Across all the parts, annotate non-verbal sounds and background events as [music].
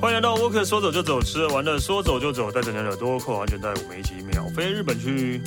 欢迎来到沃克，说走就走，吃玩的呃说走就走，带着你的多扣安全带，我们一起秒飞日本去。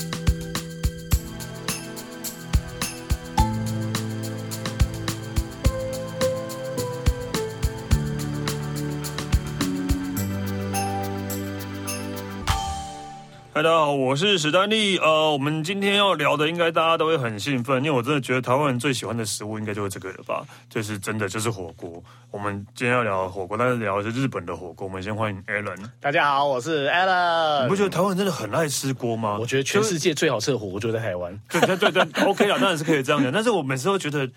嗨，大家好，我是史丹利。呃，我们今天要聊的，应该大家都会很兴奋，因为我真的觉得台湾人最喜欢的食物应该就是这个了吧？就是真的就是火锅。我们今天要聊火锅，但是聊的是日本的火锅。我们先欢迎 Alan。大家好，我是 Alan。你不觉得台湾人真的很爱吃锅吗？我觉得全世界最好吃的火锅就在台湾。对对对对，OK 啦，当然是可以这样讲。但是我每次都觉得，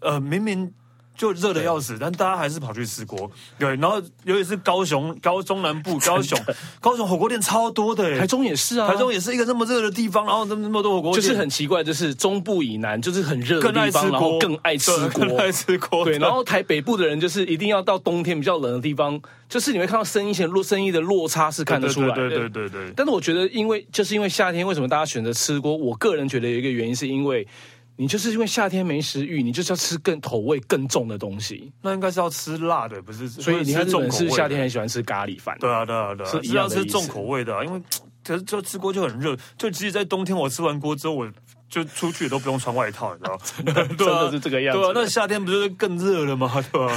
呃，明明就热的要死，但大家还是跑去吃锅。对，然后尤其是高雄、高中南部、高雄、 [laughs] 高雄火锅店超多的、欸台中也是啊，台中也是一个这么热的地方，然后那么那么多火锅就店，是很奇怪，就是中部以南就是很热的更爱地吃方，然后锅，更爱吃对锅。更爱吃锅。对，然后台北部的人就是一定要到冬天比较冷的地方，就是你会看到生意前落生意的落差是看得出来的。对对对对对对但是我觉得，因为就是因为夏天，为什么大家选择吃锅？我个人觉得有一个原因，是因为你就是因为夏天没食欲，你就是要吃更口味更重的东西。那应该是要吃辣的，不是？所所以你看，日重本口是味的夏天很喜欢吃咖喱饭。对啊，对啊，对啊，是一是样要的吃意思重口味的、啊，因为可是就吃锅就很热，就即使在冬天，我吃完锅之后，我就出去也都不用穿外套，你知道吗？ [laughs] 对啊 [laughs] 真的是这个样子对啊，那夏天不就是更热了吗？ [laughs] 对 [laughs] 吧、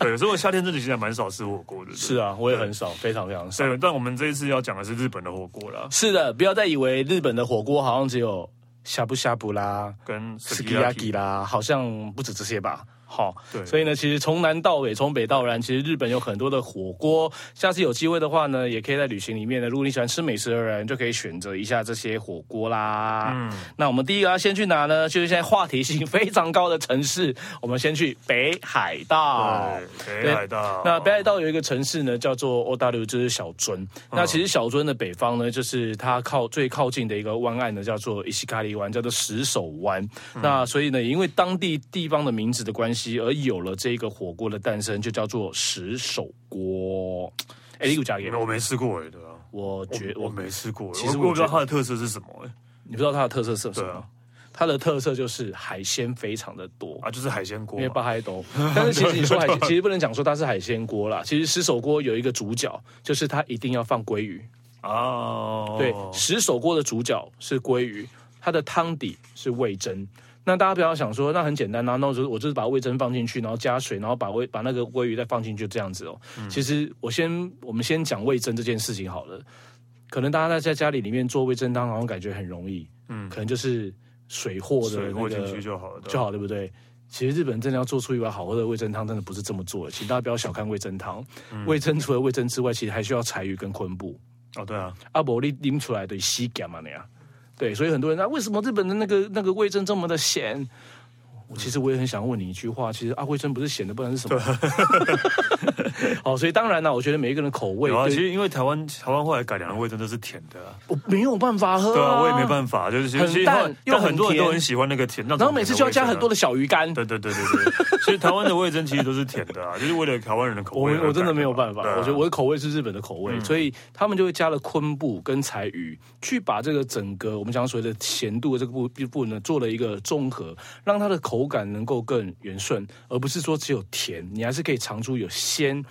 对，所以我夏天这几年蛮少吃火锅的。对是啊，我也很少，非常非常少。对，但我们这一次要讲的是日本的火锅啦，是的，不要再以为日本的火锅好像只有呷哺呷哺啦、跟 sukiyaki s k i y a k i 啦，好像不止这些吧。好，对所以呢，其实从南到北，从北到南，其实日本有很多的火锅。下次有机会的话呢，也可以在旅行里面呢，如果你喜欢吃美食的人，就可以选择一下这些火锅啦。嗯，那我们第一个要先去哪呢？就是现在话题性非常高的城市，我们先去北海道。对，北海道。那北海道有一个城市呢，叫做 O W，就是小嗯樽。那其实小樽的北方呢，就是它靠最靠近的一个湾岸呢，叫做伊西卡利湾，叫做石首湾。嗯那所以呢，也因为当地地方的名字的关系，而有了这个火锅的诞生，就叫做石首锅。哎，你有加给我没吃过哎，对吧、我觉我我没吃过欸，其实我我不我知觉道得它的特色是什么哎，你不知道它的特色是什对么啊？它的特色就是海鲜非常的多。啊，就是海鲜锅因为嘛。八海 [laughs] 斗，但是其实你说海鲜，其实不能讲说它是海鲜锅啦。其实石首锅有一个主角，就是它一定要放鲑鱼。啊，对，石首锅的主角是鲑鱼，它的汤底是味噌。那大家不要想说，那很简单啊，那我就是我就是把味噌放进去，然后加水，然后把味把那个鲑鱼再放进去，这样子哦。嗯其实我先我们先讲味噌这件事情好了。可能大家在家里里面做味噌汤，好像感觉很容易，嗯，可能就是水和的水那过个进去就好了，对吧啊就好，对不对？其实日本真的要做出一碗好喝的味噌汤，真的不是这么做的。请大家不要小看味噌汤，嗯味噌除了味噌之外，其实还需要柴鱼跟昆布。哦，对啊，阿伯利拎出来的西干嘛那样？啊对，所以很多人啊，为什么日本的那个那个味噌这么的咸？我其实我也很想问你一句话，其实阿啊味噌不是咸的，不然 [laughs] 是什么？好，所以当然啦，我觉得每一个人口味有啊，其对，实因为台湾台湾后来改良的味噌都是甜的、啊，我没有办法喝、对啊，我也没办法，就是其实哦很其实淡后来又但很很多人甜都很喜欢那个甜，然然后每次就要加很多的的小鱼干 [laughs] 味噌啊，。对对对对对，其实台湾的味噌其实都是甜的啊，就是为了台湾人的口我味而改嘛。我真的没有办法，对啊嗯我觉得我的口味是日本的口味，所以他们就会加了昆布跟柴鱼，去把这个整个我们讲所谓的咸度的这个部部分呢，做了一个综合，让它的口感能够更圆顺，而不是说只有甜，你还是可以尝出有鲜。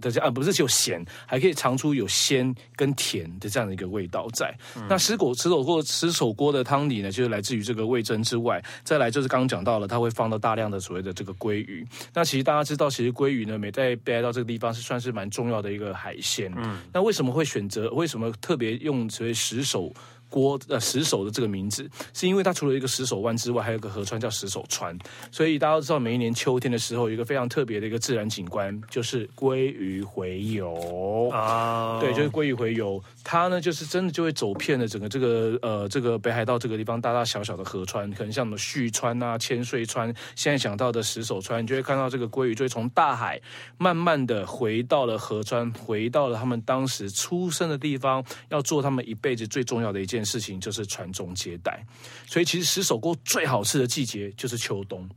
的这啊，不是只有咸，还可以尝出有鲜跟甜的这样的一个味道在。嗯那石狗石首锅石首锅的汤底呢，就是来自于这个味噌之外，再来就是刚刚讲到了，它会放到大量的所谓的这个鲑鱼。那其实大家知道，其实鲑鱼呢，每在北海道这个地方是算是蛮重要的一个海鲜。嗯，那为什么会选择？为什么特别用所谓石首？锅呃石首的这个名字，是因为它除了一个石首湾之外，还有一个河川叫石首川，所以大家都知道，每一年秋天的时候，有一个非常特别的一个自然景观，就是鲑鱼洄游。啊，对，就是鲑鱼洄游，它呢就是真的就会走遍了整个这个呃这个北海道这个地方大大小小的河川，可能像什么旭川啊、千岁川，现在想到的石首川，你就会看到这个鲑鱼就会从大海慢慢的回到了河川，回到了他们当时出生的地方，要做他们一辈子最重要的一件事情，就是传宗接代。所以其实石首锅最好吃的季节就是秋冬。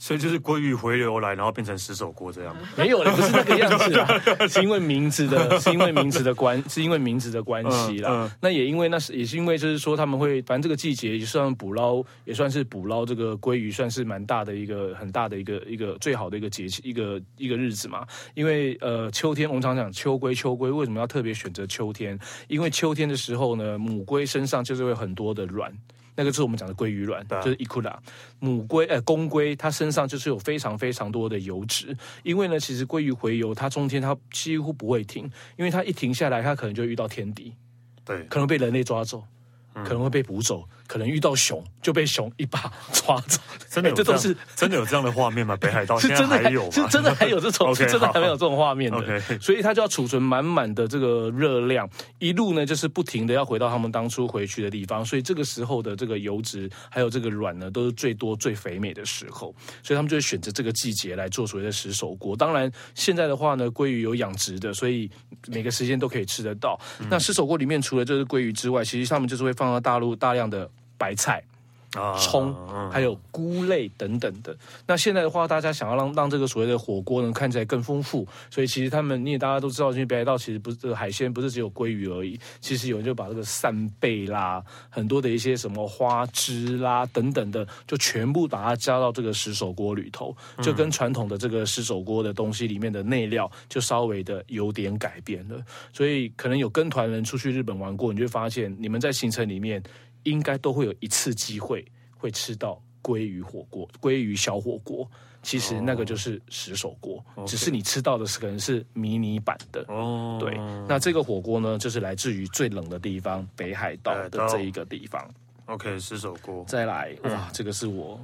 所以就是鲑鱼回流来，然后变成十手锅这样。没有了，不是那个样子 [laughs] 啦，是因为名字的，是因为名字的关，是因为名字的关系啦。嗯嗯那也因为那是也是因为就是说他们会，反正这个季节也算捕捞，也算是捕捞这个鲑鱼，算是蛮大的一个很大的一个一个最好的一个节气一个一个日子嘛。因为呃，秋天我们常讲秋归秋归，为什么要特别选择秋天？因为秋天的时候呢，母龟身上就是会有很多的卵。那个就是我们讲的鲑鱼卵，对啊就是伊库拉。母龟呃公龟，它身上就是有非常非常多的油脂，因为呢，其实鲑鱼洄游它中间它几乎不会停，因为它一停下来，它可能就遇到天敌，对，嗯可能被人类抓走，可能会被捕走，可能遇到熊就被熊一把抓走，真的哎有这这都样是。真的有这样的画面吗？北海道 [laughs] 是现在真的还有吗？啊是真的还有这种 [laughs] OK，是真的好还没有这种画面的 OK 所以它就要储存满满的这个热量，一路呢就是不停的要回到他们当初回去的地方，所以这个时候的这个油脂还有这个卵呢，都是最多最肥美的时候，所以他们就会选择这个季节来做所谓的石首锅。当然，现在的话呢，鲑鱼有养殖的，所以每个时间都可以吃得到。嗯那石首锅里面除了就是鲑鱼之外，其实他们就是会放到大陆大量的白菜。啊葱嗯，还有菇类等等的。那现在的话，大家想要让让这个所谓的火锅呢看起来更丰富，所以其实他们你也大家都知道，因为北海道其实不是、这个海鲜不是只有鲑鱼而已，其实有人就把这个扇贝啦，很多的一些什么花枝啦等等的，就全部把它加到这个石手锅里头，嗯就跟传统的这个石手锅的东西里面的内料就稍微的有点改变了。所以可能有跟团人出去日本玩过，你就会发现你们在行程里面应该都会有一次机会会吃到鲑鱼火锅、鲑鱼小火锅。其实哦那个就是石手锅，只是你吃到的是可能是迷你版的。哦，对，那这个火锅呢，就是来自于最冷的地方——北海道北的海道这一个地方。 OK，十手锅再来，嗯哇，这个是我，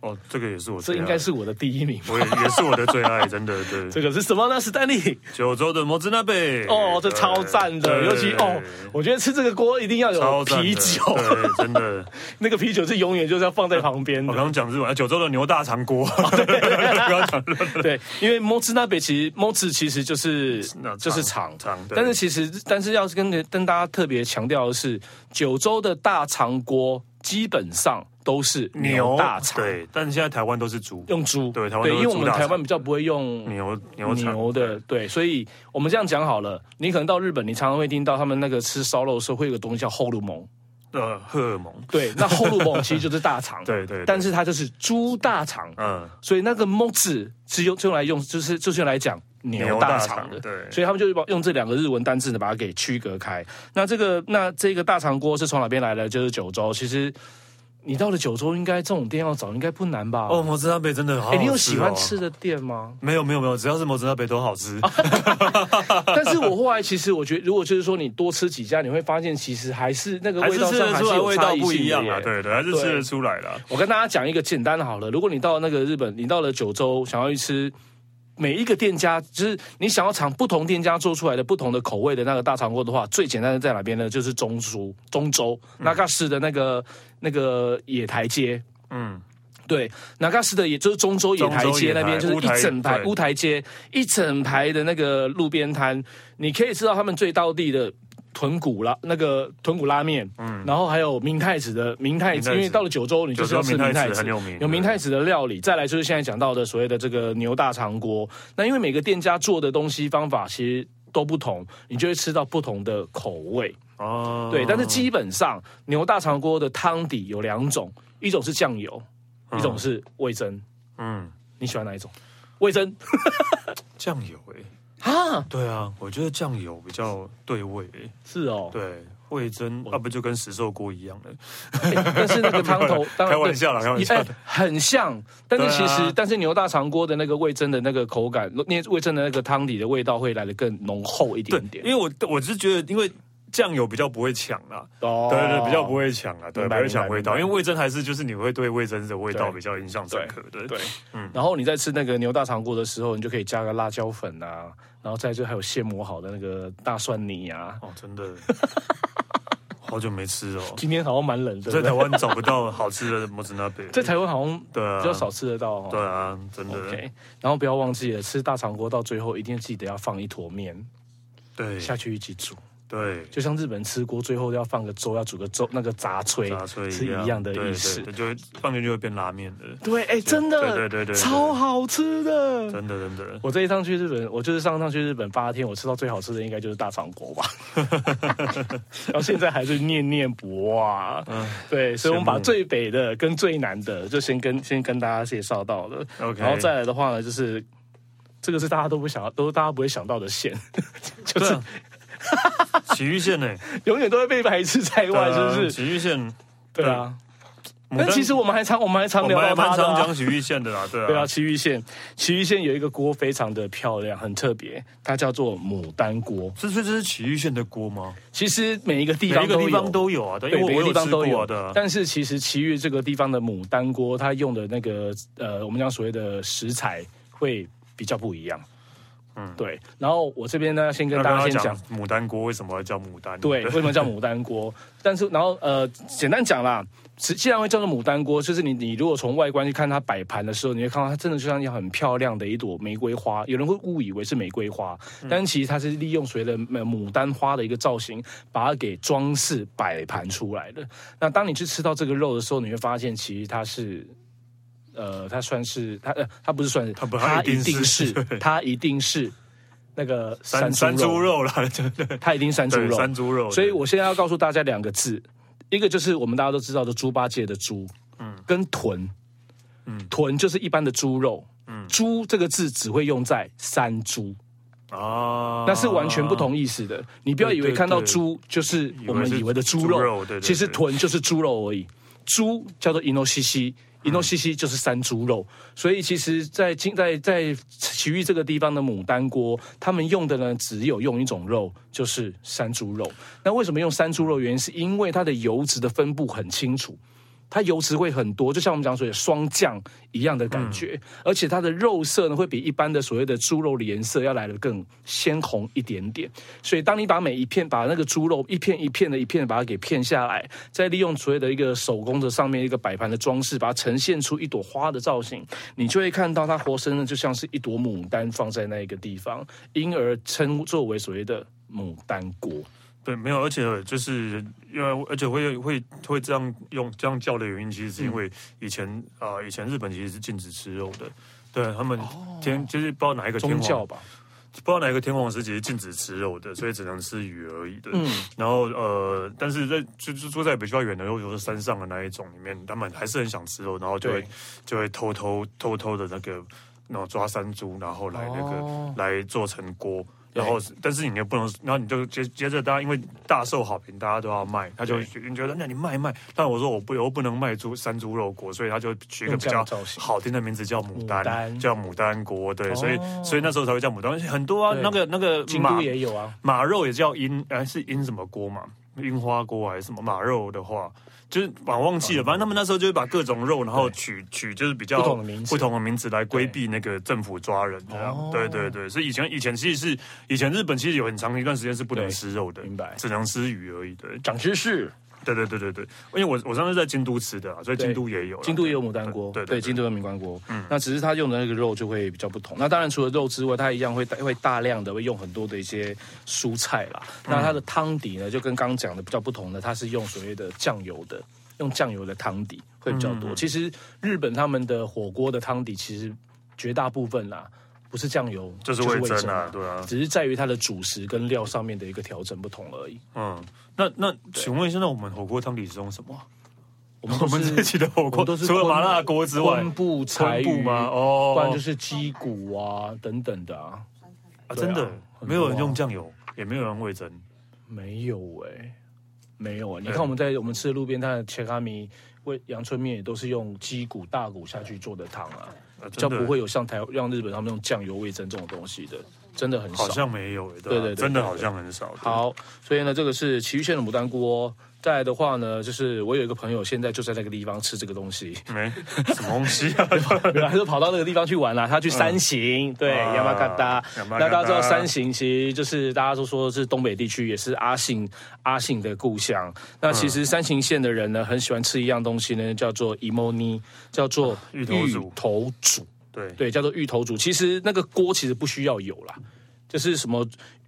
哦，这个也是我这最爱应该是我的第一名。我也也是我的最爱，真的对。这个是什么呢？史丹利九州的摩兹那贝哦，这超赞的，尤其哦，我觉得吃这个锅一定要有超赞的啤酒， [laughs] 对，真的。那个啤酒是永远就是要放在旁边我 [laughs] 的。刚刚讲日本，啊九州的牛大肠锅，哦 [laughs] 刚刚讲日本 [laughs] 对，因为 mozi 那边其实 mozi 其实就是那就是肠，肠，对但是其实但是要跟跟大家特别强调的是，九州的大肠锅基本上都是牛大肠，对，但是现在台湾都是猪用猪，对台湾都是对，因为我猪们大肠台湾比较不会用牛牛肠牛的，对，所以我们这样讲好了。你可能到日本，你常常会听到他们那个吃烧肉的时候会有个东西叫后路蒙，呃荷尔蒙，对，那后路蒙其实就是大 [laughs] 肠，对对对但是它就是猪大肠，嗯，所以那个 m o 字是用就用来用，就是就是用来讲牛大肠的，牛大肠对所以他们就把用这两个日文单字呢把它给区隔开。那这个那这个大肠锅是从哪边来的？就是九州。其实你到了九州，应该这种店要找应该不难吧？哦，哦，摩兹那贝真的好好哎，吃哦。你有喜欢吃的店吗？ [laughs] 没有没有没有，只要是摩斯那贝都好吃。但是我后来其实我觉得，如果就是说你多吃几家，你会发现其实还是那个还味是道吃上得还出是来有味差道异不性一的样耶啊，对对，还是对吃得出来啦。我跟大家讲一个简单的好了，如果你到那个日本，你到了九州，想要去吃每一个店家，就是你想要尝不同店家做出来的不同的口味的那个大肠锅的话，最简单的在哪边呢？就是中州中州那嘎市的那个那个野台街。嗯，对，那嘎市的也就是中州野台街那边，就中州是野台一整排乌台对乌台街一整排的那个路边摊，你可以吃到他们最道地的豚骨拉那个豚骨拉面，嗯，然后还有明太子的明太明子，太子因为到了九州你就是要吃九州明明太太子子，很有名有明太子的料理，再来就是现在讲到的所谓的这个牛大肠锅，那因为每个店家做的东西方法其实。都不同，你就会吃到不同的口味。哦，对，但是基本上牛大肠锅的汤底有两种，一种是酱油，一种是味增。嗯，你喜欢哪一种？味增酱油哎，啊，对啊，我觉得酱油比较对味欸，是哦，对。味增啊，不就跟石兽锅一样了？但是那个汤头哦当 [laughs] 开然玩笑啦，开玩对笑哎。很像，但是对啊其实、但是牛大肠锅的那个味增的那个口感，那味增的那个汤底的味道会来的更浓厚一对点，点因为我我是觉得，因为酱油比较不会抢啦，哦对对，比较不会抢啊，对，不明白会抢味道，明白因为味增还是就是你会对味增的味道对比较印象深刻，对对，然后你在吃那个牛大肠锅的时候，你就可以加个辣椒粉啊，然后再就还有现磨好的那个大蒜泥啊。哦，真 [laughs] 的，好久没吃哦，今天好像蛮冷的，在对不台对湾找不到好吃的摩斯那贝，在台湾好像对啊，比较少，吃得到哦。对啊，真的， OK，然后不要嗯忘记了，吃大肠锅到最后一定记得要放一坨面对，下去一起煮。对，就像日本吃锅最后要放个粥，要煮个粥那个杂炊，杂炊是一样的意思。对对对就放进去会变拉面的，对，哎、真的，对对对对对超好吃的。真的真的。我这一趟去日本，我就是上趟去日本八天，我吃到最好吃的应该就是大肠锅吧， [laughs] 然后现在还是念念不忘。嗯对，所以我们羡把慕最北的跟最南的就先跟先跟大家介绍到了， ，OK，然后再来的话呢，就是这个是大家都不想都大家不会想到的线， [laughs] 就是 [laughs] 对啊奇遇县呢，永远都会被排斥在外，对啊是不是？奇遇县，对啊。牡但丹其实我们还常我们还常我聊们到还蛮它的常啊、讲奇遇县的啦，对啊，对啊，奇玉县，奇玉县有一个锅非常的漂亮，很特别，它叫做牡丹锅。这所以这是奇遇县的锅吗？其实每一个地每方一个都地有，方都有啊，对，因对，为我每个我地有方吃都过有啊对啊，但是其实奇遇这个地方的牡丹锅，它用的那个呃，我们讲所谓的食材会比较不一样。嗯嗯，对。然后我这边呢，先跟要大跟家他先讲讲，牡丹锅为什么要叫牡丹？对，为什么叫牡丹锅？但是然后呃，简单讲啦，其既然会叫做牡丹锅，就是你你如果从外观去看它摆盘的时候，你会看到它真的就像一样很漂亮的一朵玫瑰花，有人会误以为是玫瑰花，嗯但其实它是利用所谓的呃牡丹花的一个造型，把它给装饰摆盘出来的。那当你去吃到这个肉的时候，你会发现其实它是。呃，它算是它呃，它不是算是，它不它它一一定定是是 [laughs] 对它一定是那个山山猪，肉啦，对对它一定山猪对，肉，山猪肉，所以我现在要告诉大家两个字，一个就是我们大家都知道的猪八戒的猪，嗯，跟豚，嗯，豚就是一般的猪肉，嗯，猪这个字只会用在山猪，啊，那是完全不同意思的。你不要以为对对看到对猪就是我们以为是以为的猪猪肉肉，对对其实对豚就是猪肉而已。猪叫做 inoshishi。inoshishi 嗯就是山猪肉，所以其实在今在在奇遇这个地方的牡丹锅，他们用的呢只有用一种肉，就是山猪肉。那为什么用山猪肉？原因是因为它的油脂的分布很清楚，它油脂会很多，就像我们讲所谓的霜降一样的感觉，而且它的肉色呢会比一般的所谓的猪肉的颜色要来的更鲜红一点点。所以当你把每一片把那个猪肉一片一片的一片地把它给片下来，再利用所谓的一个手工的上面一个摆盘的装饰，把它呈现出一朵花的造型，你就会看到它活生生就像是一朵牡丹放在那一个地方，因而称作为所谓的牡丹锅。对，没有，而且就是因为，而且会会会这样用这样叫的原因，其实嗯是因为以前啊、呃以前日本其实是禁止吃肉的，对他们天、就是不知道哪一个天哦皇宗教吧，不知道哪一个天皇是其实禁止吃肉嗯的，所以只能吃鱼而已的。然后呃，但是在就就住在比较远的，尤其是山上的那一种里面，他们还是很想吃肉，然后就会对就会偷偷偷偷的那个，然后抓山猪，然后来那个、哦来做成锅。对然后，但是你又不能，然后你就接接着大家因为大受好评，大家都要卖，他就会觉觉得那你卖一卖，但我说我不我不能卖猪山猪肉锅，所以他就取一个用比这较样的造型好听的名字叫牡丹，牡丹叫牡丹锅，对，所以哦所以那时候才会叫牡丹，而且很多啊，对那个那个京马都也有啊。马肉也叫樱，哎、是樱什么锅嘛？樱花锅还是什么马肉的话，就是我忘记了。反正他们那时候就会把各种肉，然后取取就是比较不同的名字不同的名字来规避那个政府抓人这样。哦对对对，所以以前以前其实是以前日本其实有很长一段时间是不能对吃肉的，明白只能吃鱼而已。对长知识，对对对对对，因为我我上次在京都吃的啊，所以对京都也有啦，京都也有牡丹锅，对对，对嗯京都有牡丹锅。那只是它用的那个肉就会比较不同。那当然除了肉之外，它一样会大会大量的会用很多的一些蔬菜啦。嗯那它的汤底呢，就跟刚刚讲的比较不同的，它是用所谓的酱油的，用酱油的汤底会比较嗯多。其实日本他们的火锅的汤底其实绝大部分啦。不是酱油，就是味增啊，对啊。只是在于它的主食跟料上面的一个调整不同而已。嗯，那那请问一下，那我们火锅汤底是用什么啊？ [laughs] 我 [laughs] 们我都们是这一期的火我锅们都是除了昆麻辣锅之外，昆布昆柴布鱼吗哦不然就是鸡骨啊等等的啊，啊，真对的啊很没有人多啊用酱油，也没有人味增。没有哎、没有啊、你看我们在我们吃的路边摊的切卡米味阳春面也都是用鸡骨大骨下去做的汤啊，啊真的比较不会有像台让日本他们用酱油味噌这种东西的，真的很少好。像没有诶，对吧对对真的对对好像很少。对，好，所以呢，这个是奇遇县的牡丹锅。再来的话呢，就是我有一个朋友现在就在那个地方吃这个东西，没什么东西 [laughs] 啊，原来就跑到那个地方去玩了。他去三行，对，嗯啊亚马嘎达。 Yamakata 那大家知道三行其实就是大家都说是东北地区，也是阿信阿信的故乡。那其嗯实三行县的人呢，很喜欢吃一样东西呢，叫做伊莫尼，叫做啊芋头煮头煮对对，叫做芋头煮。其实那个锅其实不需要有啦，就是什么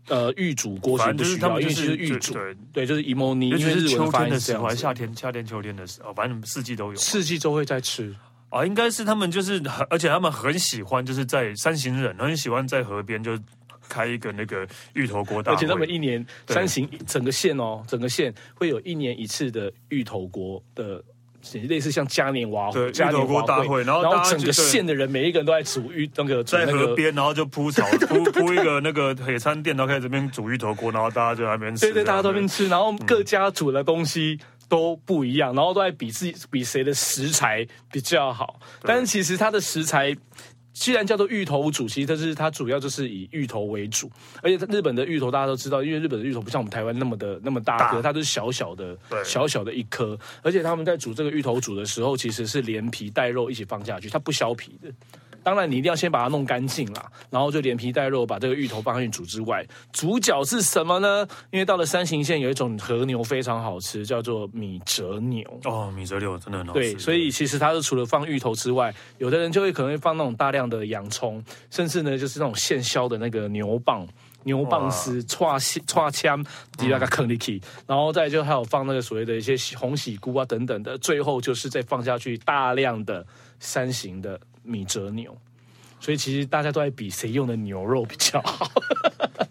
呃玉竹锅反是正不就是需他要，们就因为其实是玉就竹对，对，就是 emoni，尤因其为是日文秋发天音的是这时候，样还子是夏天夏天秋天的时候，反正四季都有四季都会在吃，啊。应该是他们就是很，而且他们很喜欢就是在山形人很喜欢在河边就开一个那个芋头锅大而会，且他们一年对三行整个县哦，整个县会有一年一次的芋头锅的。类似像嘉年华对会、嘉年芋头锅华大会然后大家整就对个县的人每一个人都在煮芋那个煮在那河个边，然后就铺 [laughs] 草铺铺一个那个野餐垫，然后开始这边煮芋头锅，然后大家就在那边吃这对样，对，大家都在那嗯边吃，然后各家煮的东西都不一样，然后都在比自己比谁的食材比较好。对但是其实它的食材既然叫做芋头煮，其实它是它主要就是以芋头为主，而且日本的芋头大家都知道，因为日本的芋头不像我们台湾那么的那么大大颗，它就是小小的对小小的一颗，而且他们在煮这个芋头煮的时候，其实是连皮带肉一起放下去，它不削皮的。当然，你一定要先把它弄干净啦，然后就连皮带肉把这个芋头放进去煮之外，主角是什么呢？因为到了山形县有一种和牛非常好吃，叫做米折牛。哦，米折柳真的很好吃，对，所以其实它是除了放芋头之外，有的人就会可能会放那种大量的洋葱，甚至呢就是那种现削的那个牛蒡。牛蒡丝、串西、串枪、迪嗯拉个坑里去，然后再就还有放那个所谓的一些红喜菇啊等等的，最后就是再放下去大量的三型的米折牛，所以其实大家都在比谁用的牛肉比 [laughs] 较好。 [laughs]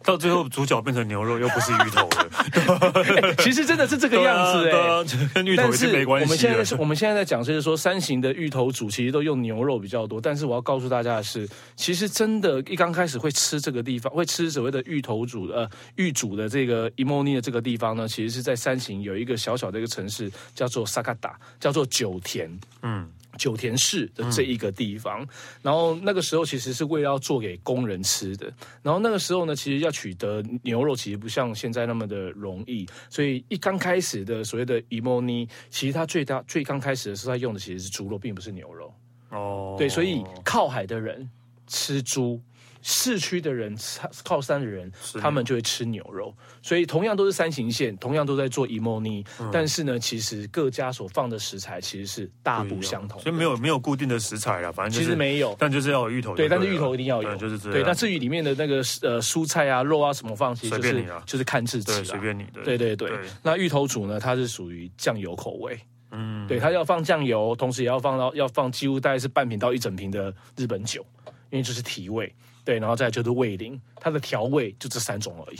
到最后主角变成牛肉，又不是芋头了， [laughs] 其实真的是这个对样啊子哎、对啊这跟芋头但已是经没关我们系现在了是，我们现在在讲，就是说三型的芋头煮其实都用牛肉比较多，但是我要告诉大家的是，其实真的，一刚开始会吃这个地方，会吃所谓的芋头煮呃芋煮的这个 imoni 的这个地方呢，其实是在三型有一个小小的一个城市叫做萨卡达，叫做九田。嗯。九田市的这一个地方，然后那个时候其实是为了要做给工人吃的，然后那个时候呢，其实要取得牛肉其实不像现在那么的容易，所以一刚开始的所谓的 e m o n i 其实它最大最刚开始的时候，它用的其实是猪肉，并不是牛肉。哦，对，所以靠海的人吃猪，市区的人吃靠山的人，他们就会吃牛肉。所以同样都是山形县，同样都在做 e m o n i 嗯但是呢，其实各家所放的食材其实是大不相同的，所以没有没有固定的食材了，反正、就是、其实没有。但就是要有芋头就对，了，但是芋头一定要有，对就是这样，对，那至于里面的那个呃蔬菜啊、肉啊什么放，其实随就便是你啊就是看自己对啊随。便你的，对对对对，那芋头煮呢，它是属于酱油口味，嗯，对，它要放酱油，同时也要放到要放几乎大概是半瓶到一整瓶的日本酒，因为就是提味，对，然后再来就是味淋，它的调味就这三种而已。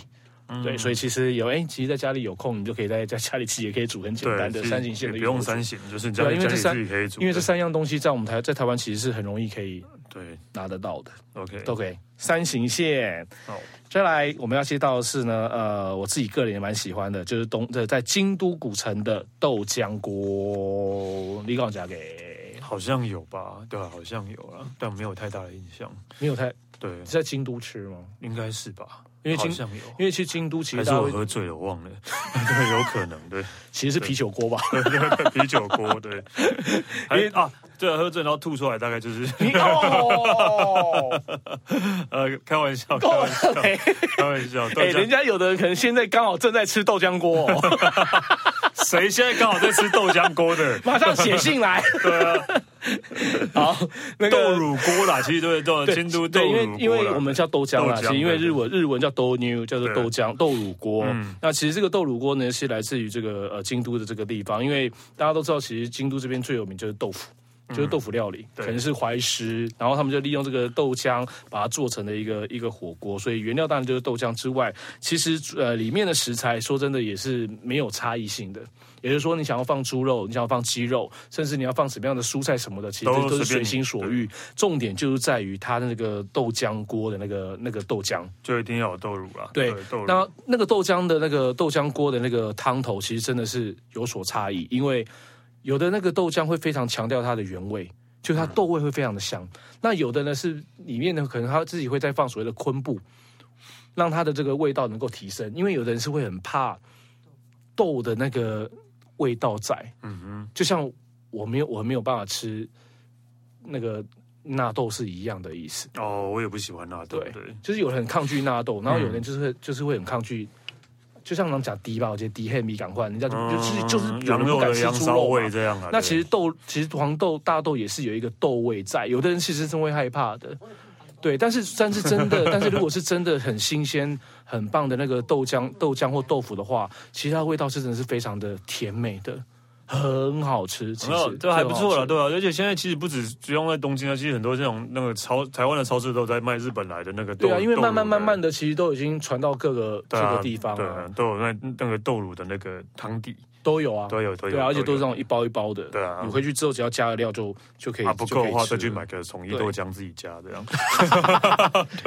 嗯对，所以其实有哎、其实在家里有空，你就可以在在家里自己也可以煮很简对单的其实三型线的也芋不头用煮，三型，就是你家对里啊，因家为里这自三己可以煮的，因为这三样东西在我们台在台湾其实是很容易可以对拿得到的。 OK，都可以。三行线，好再来我们要接到的是呢，呃，我自己个人也蛮喜欢的，就是东这在京都古城的豆浆锅，你我讲给好像有吧，对啊，好像有啦，但没有太大的印象，没有太你对，在京都吃吗？应该是吧，因为好京像有。因为去京都其还实是大家我会喝醉了，我忘了， [laughs] 对，有可能，对，其实是啤酒 [laughs] 锅吧？啤酒锅， [laughs] 对，因为啊，对啊，喝醉然后吐出来，大概就是你哦， [laughs] 呃，开玩笑，开玩笑，哎、 [laughs] 开玩笑， [laughs] 哎豆人浆，家有的人可能现在刚好正在吃豆浆锅、哦， [laughs] 谁现在刚好在吃豆浆锅的？马上写信来。对啊， [laughs] 好， [laughs] 那个豆乳锅啦，其实对对，对哦京都豆对，因乳锅为啦因为我们叫豆浆啦，豆其浆实因为对日文日文叫豆妞，叫做对豆浆豆乳锅嗯。那其实这个豆乳锅呢，是来自于这个呃京都的这个地方，因为大家都知道，其实京都这边最有名就是豆腐。就是豆腐料理，嗯对可能是怀石，然后他们就利用这个豆浆把它做成了一个一个火锅，所以原料当然就是豆浆之外，其实呃里面的食材说真的也是没有差异性的，也就是说你想要放猪肉，你想要放鸡肉，甚至你要放什么样的蔬菜什么的，其实都随都是便随你心所对欲。重点就是在于它那个豆浆锅的那个那个豆浆，就一定要有豆乳啦，对豆那乳，那个豆浆的那个豆浆锅的那个汤头，其实真的是有所差异，因为有的那个豆浆会非常强调它的原味，就是它嗯豆味会非常的香。那有的呢是里面呢，可能它自己会再放所谓的昆布，让它的这个味道能够提升，因为有的人是会很怕豆的那个味道在，嗯哼，就像我没有我没有办法吃那个纳豆是一样的意思。哦，我也不喜欢辣豆，对对，就是有人很抗拒纳豆，然后有人就是会、就是会很抗拒，就像我们讲低吧，我觉得低黑米赶快，人家就、就是就是有羊人不肉敢的吃嗯羊猪骚肉味嘛。这样啊，对那其实豆其实黄豆大豆也是有一个豆味在，有的人其实是会害怕的。对，但是但是真的，但是如果是真的很新鲜、很棒的那个豆浆、豆浆或豆腐的话，其实它的味道是真的是非常的甜美的，很好吃。其没有实，这还不错了，了，对啊，而且现在其实不止只用在东京啊，其实很多这种那个超台湾的超市都在卖日本来的那个豆。对啊，因为慢慢慢慢的的，其实都已经传到各个各对啊个地方对了，啊，都有那那个豆乳的那个汤底，都有啊，都有都有，对啊，而且都是那有种一包一包的。对啊你回去之后只要加了料就就可以啊不够的话再就可以去吃 [laughs] 买个统一对豆浆自己加这样，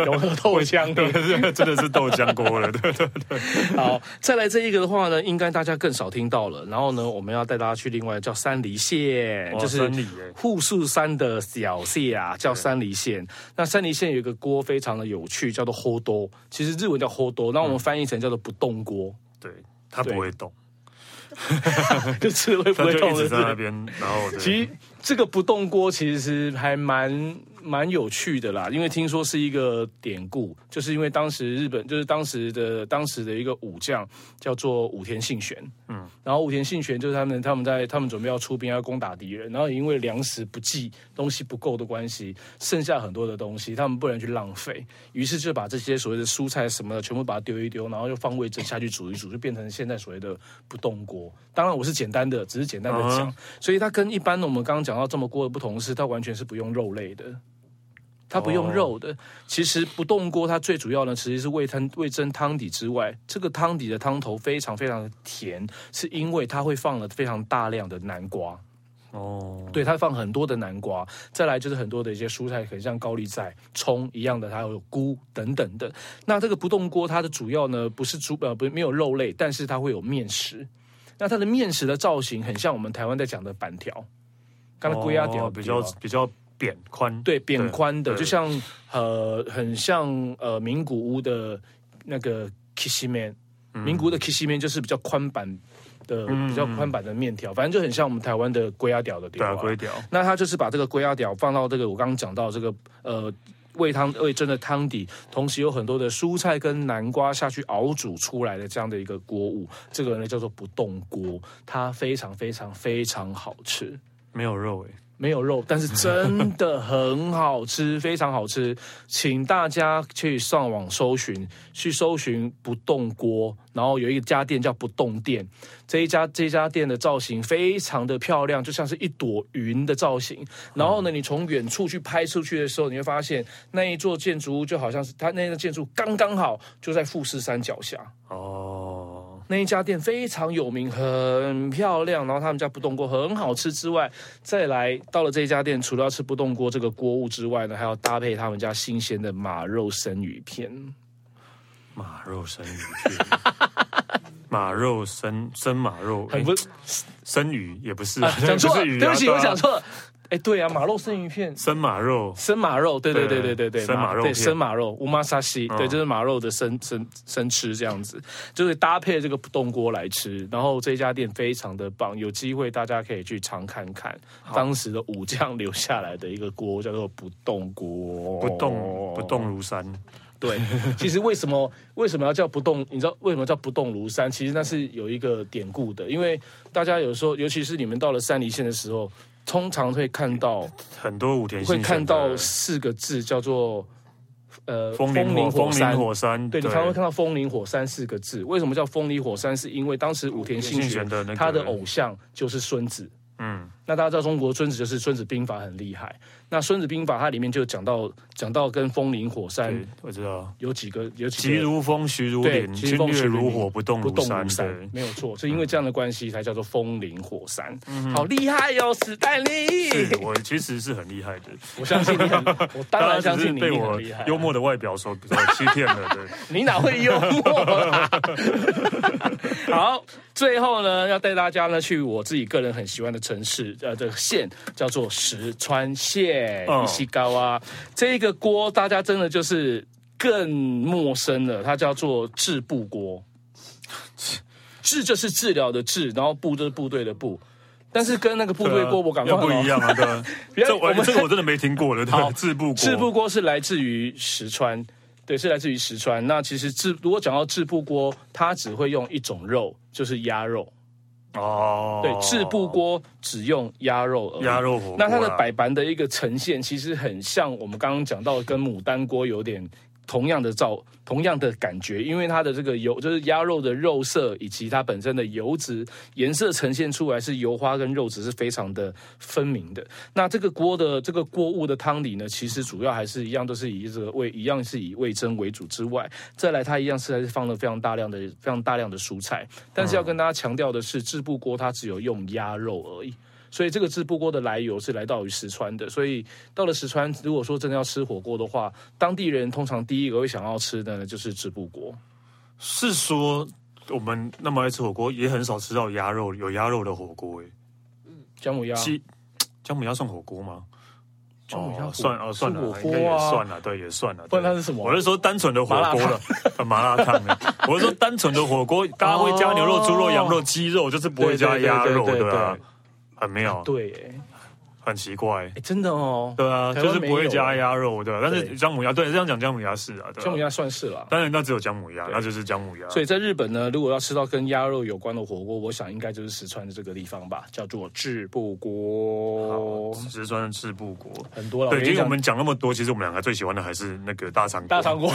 融合 [laughs] 豆浆啊的。真的是豆浆锅了， [laughs] 对对对， [laughs] 好，再来这一个的话呢，应该大家更少听到了。然后呢，我们要带大家去另外叫三梨县，哇就是三里耶户树山的小县啊，叫三梨县。那三梨县有一个锅非常的有趣，叫做 h o d o 其实日文叫 h o d o 那我嗯们翻译成叫做不动锅， [laughs] 对，它对不会动，就吃了会不它会就痛一直的在那是。边，然后对 [laughs] 其实这个不动锅其实还蛮蛮有趣的啦，因为听说是一个典故，就是因为当时日本就是当时的当时的一个武将叫做武田信玄，嗯，然后武田信玄就是他们他们在他们准备要出兵要攻打敌人，然后也因为粮食不济、东西不够的关系，剩下很多的东西，他们不能去浪费，于是就把这些所谓的蔬菜什么的全部把它丢一丢，然后就放味噌下去煮一煮，就变成现在所谓的不动锅。当然我是简单的，只是简单的讲，所以它跟一般我们刚刚讲到这么锅的不同是，它完全是不用肉类的。它不用肉的，其实不动锅它最主要呢，其实是味汤味增汤底之外，这个汤底的汤头非常非常的甜，是因为它会放了非常大量的南瓜，哦，对，它放很多的南瓜，再来就是很多的一些蔬菜，可能像高丽菜、葱一样的，还有菇等等的。那这个不动锅它的主要呢不是猪呃不没有肉类，但是它会有面食。那它的面食的造型很像我们台湾在讲的板条，刚才龟啊鸭点哦比较比较扁宽，对扁宽的，对就像呃，很像呃名古屋的那个 kishi man，、名嗯古屋的 kishi man 就是比较宽版的、比较宽版的面条，反正就很像我们台湾的龟鸭屌的地对啊，方。龟屌，那它就是把这个龟鸭屌放到这个我刚刚讲到这个呃味汤味噌的汤底，同时有很多的蔬菜跟南瓜下去熬煮出来的这样的一个锅物，这个呢叫做不动锅，它非常非常非常好吃。没有肉哎，没有肉，但是真的很好吃，非常好吃，请大家去上网搜寻，去搜寻不动锅，然后有一家店叫不动店，这一家这一家店的造型非常的漂亮，就像是一朵云的造型。然后呢，你从远处去拍出去的时候，你会发现那一座建筑物就好像是它那个建筑刚刚好就在富士山脚下。哦。那一家店非常有名，很漂亮，然后他们家不动锅很好吃之外，再来到了这一家店，除了要吃不动锅这个锅物之外呢，还要搭配他们家新鲜的马肉生鱼片。马肉生鱼 [laughs] 片，马肉生生马肉，很诶 [laughs] 不生鱼也不是啊啊，讲错不了，是鱼啊对不起，啊我讲错了。哎，对啊，马肉生鱼片。生马肉，生马肉，对对对对对对对，生马肉对片生马肉，乌玛沙西，嗯对，就是马肉的生生生吃这样子，就是搭配这个不动锅来吃。然后这家店非常的棒，有机会大家可以去尝看看当时的武将留下来的一个锅，叫做不动锅，不哦动不动。如山，对，其实为什么为什么要叫不动？你知道为什么叫不动如山？其实那是有一个典故的，因为大家有时候，尤其是你们到了山梨县的时候，通常会看到很多武田信会玄看到的四个字叫做呃呃风林火火风山林。火山，对，你常常会看到“风林火山”四个字。为什么叫“风林火山”？是因为当时武田信信玄玄的那个他的偶像就是孙子。嗯，那大家知道中国孙子就是《孙子兵法》很厉害。那《孙子兵法》它里面就讲到讲到跟风林火山对，我知道，有几个有几急个如风，徐如对林，急侵如风略徐如如林火，不动不如动山如，山对，，嗯没有错，是因为这样的关系才叫做风林火山。好厉害哟、史丹是利！我其实是很厉害的，我相信你很，我 [laughs] 当然相只是信你一被定很我厉害。幽默的外表所所欺骗了， [laughs] 对。你哪会幽默啦？好，最后呢，要带大家呢去我自己个人很喜欢的城市，呃，这个县叫做石川县嗯伊西高啊。这个锅大家真的就是更陌生了，它叫做治部锅。治就是治疗的治，然后部就是部队的部，但是跟那个部队锅我感觉啊又不一。样啊，对啊，要这我我们这个我真的没听过了，对好吧，自部国制布锅是来自于石川，对，是来自于石川。那其实制如果讲到制布锅，它只会用一种肉，就是鸭肉。哦，对，赤布锅只用鸭肉而已。鸭肉火锅啦，啊那它的白板的一个呈现，其实很像我们刚刚讲到的跟牡丹锅有点同样的造同样的感觉，因为它的这个油就是鸭肉的肉色以及它本身的油脂颜色呈现出来是油花跟肉质是非常的分明的。那这个锅的这个锅物的汤底呢，其实主要还是一样都是以这个味一样是以味噌为主之外，再来它一样是还是放了非常大量的非常大量的蔬菜，但嗯是要跟大家强调的是，制布锅它只有用鸭肉而已。所以这个自布锅的来由是来到于石川的，所以到了石川，如果说真的要吃火锅的话，当地人通常第一个会想要吃的呢就是自布锅。是说我们那么爱吃火锅，也很少吃到鸭肉有鸭肉的火锅诶、姜母鸭，其姜母鸭算火锅吗？啊姜母鸭哦火算哦算是了，火应该锅也啊算，了，对，也算了。不然它对是什么我是说单纯的火锅了，呃 [laughs] 麻辣烫呢。我是说单纯的火锅，大家会加牛肉、猪肉、羊肉、鸡肉，就是不会加对对对鸭肉，对对对啊，很妙，对耶，很奇怪。哎，真的哦，对啊，台就湾是没不会有加耶鸭肉，对啊。但是对姜母鸭，对，这样讲姜母鸭是啊，对啊啊姜母鸭算是啦。当然那只有姜母鸭，对那就是姜母鸭。所以在日本呢，如果要吃到跟鸭肉有关的火锅，我想应该就是石川的这个地方吧，叫做智布嗯锅，石川的赤布锅。很多了。对，跟因为你讲我们讲那么多，其实我们两个最喜欢的还是那个大肠锅大肠，锅。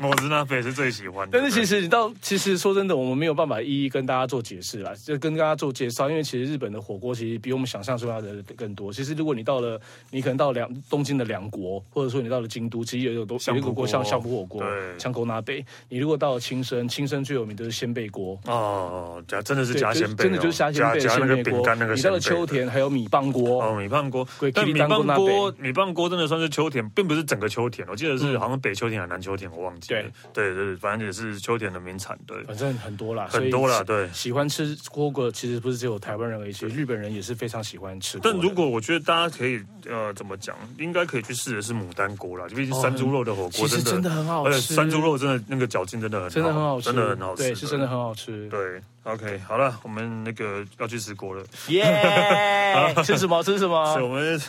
我是那也是最喜欢的。但是其对实你到，其实说真的，我们没有办法一一跟大家做解释啦，就跟大家做介绍，因为其实日本的火锅其实比我们想象出来的更多。其实如果你到了，你可能到两东京的两国，或者说你到了京都，其实也有都有一个锅像相相扑火锅对、香锅拿贝。你如果到了青森，青森最有名的是鲜贝锅，哦，加真的是对加就是鲜贝哦，真的就是虾鲜贝的加加鲜那贝个饼锅干那。个你鲜到贝了的秋田还有米棒锅，哦，米饭锅对，但米 Kiri 当饭锅那锅杯米饭锅真的算是秋田，并不是整个秋田，我记得嗯是好像北秋田还是南秋田，我忘记了。对对对，反正也是秋田的名产，对，反正很多啦，所很以多啦，对。喜欢吃火锅，其实不是只有台湾人而已，其实日本人也是非常喜欢吃锅但的。如果我觉得大家可以呃怎么讲，应该可以去试的是牡丹锅啦，毕竟山猪肉的火哦其锅实真的，真的很好而吃，且山猪肉真的那个嚼劲真的很好，真的很好吃，真的很好吃，对，是真的。很好吃。对，OK，好了，我们那个要去吃锅了，耶！吃什么？吃什所以么？我们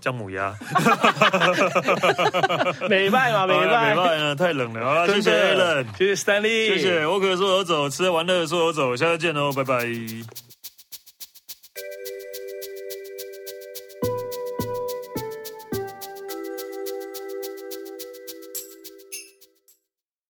姜母鸭。美拜嘛，美拜拜，拜了，太冷了。好了，谢谢 a l a 谢谢 Stanley，哦谢谢我可说走走，吃完了说走走，下次见喽，拜拜。